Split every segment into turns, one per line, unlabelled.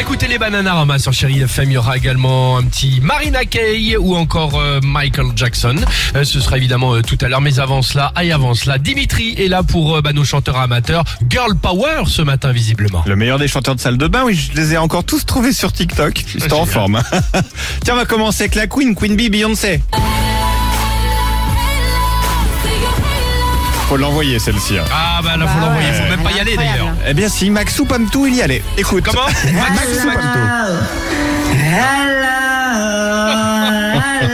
écouter les Bananarama sur Chéri FM. Il y aura également un petit Marina Kaye ou encore euh, Michael Jackson. Euh, ce sera évidemment euh, tout à l'heure. Mais avant cela, aïe avant cela, Dimitri est là pour euh, bah, nos chanteurs amateurs. Girl Power ce matin visiblement.
Le meilleur des chanteurs de salle de bain, oui, je les ai encore tous trouvés sur TikTok. Ils sont en forme. hein. Tiens, on va commencer avec la Queen, Queen Bee, Beyoncé. Faut l'envoyer celle-ci. hein.
Ah bah là faut
Bah
l'envoyer,
ouais.
faut même pas y aller
Incroyable.
d'ailleurs.
Eh bien si, Maxou Pamtou, il y allait. Écoute.
Comment
Maxou Pamtou.
Hello, hello,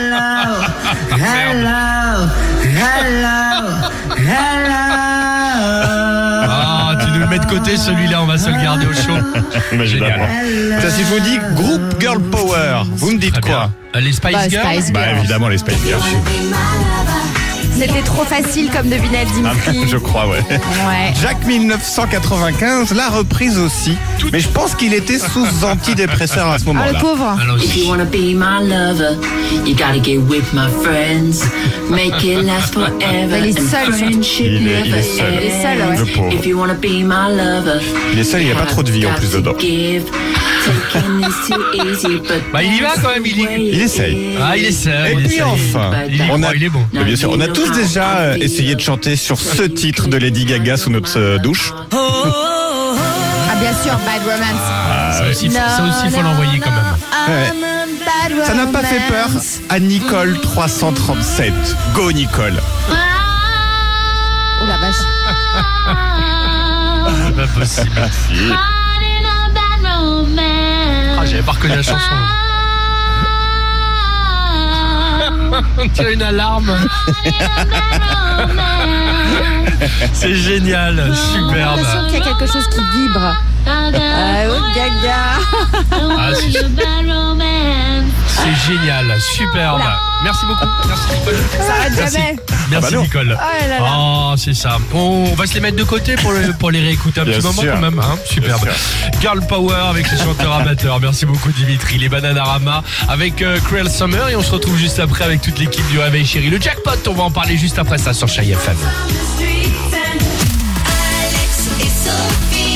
hello, hello, hello,
Ah tu nous le mets de côté celui-là, on va se le garder au chaud.
Évidemment. Ça, si je vous dis groupe Girl Power, vous me dites
Très
quoi
bien. Euh, Les Spice
Bah,
Girls
Spice
Bah
Girls.
évidemment les Spice Girls.
C'était trop facile comme devinette,
Ah,
Dimitri.
Je crois, ouais.
Ouais.
Jacques 1995, la reprise aussi. Mais je pense qu'il était sous antidépresseur à ce
Ah, le
moment-là.
pauvre.
Alors,
If you wanna be my lover, you gotta get with my friends. Make it last forever.
Il est
and
seul, surtout.
Il
friendship
est- il est
never
seul.
Il est seul, ouais.
ends.
Le pauvre.
If you wanna be my lover,
Il est seul, il y a pas trop de vie en plus dedans.
Bah, il y va quand même, il y-
Il essaye.
Ah, il essaie.
Et
il
puis
essaie.
enfin,
il, est
on a-
bon, il est bon.
Mais bien sûr, on a tous déjà euh, essayé de chanter sur ce titre de Lady Gaga sous notre euh, douche.
Ah, bien sûr, Bad Romance.
ça aussi,
Non,
ça aussi faut
non,
l'envoyer
non,
quand même.
I'm a bad
Ça n'a pas fait peur
romance.
à Nicole 337. Go Nicole.
Oh la vache.
C'est pas possible. Ah, j'avais pas reconnu la chanson.
Ah.
Tu as une alarme. C'est génial,
J'ai
superbe. Ah,
l'impression qu'il y a quelque chose qui vibre. Ah, oh, gaga.
Ah, c'est c'est génial, superbe. Merci beaucoup. Merci Nicole.
Ça arrête jamais.
Merci
Ah bah non.
Nicole.
Oh là là.
Oh, c'est ça. Bon, on va se les mettre de côté pour, le- pour les réécouter un
Bien
petit moment
sûr.
quand même. hein. Superbe.
Bien
Girl Power avec les chanteurs amateurs. Merci beaucoup Dimitri. Les Bananarama avec euh, Cruel Summer. Et on se retrouve juste après avec toute l'équipe du Réveil Chéri. Le jackpot, on va en parler juste après ça sur Chai FM.
Alex et Sophie.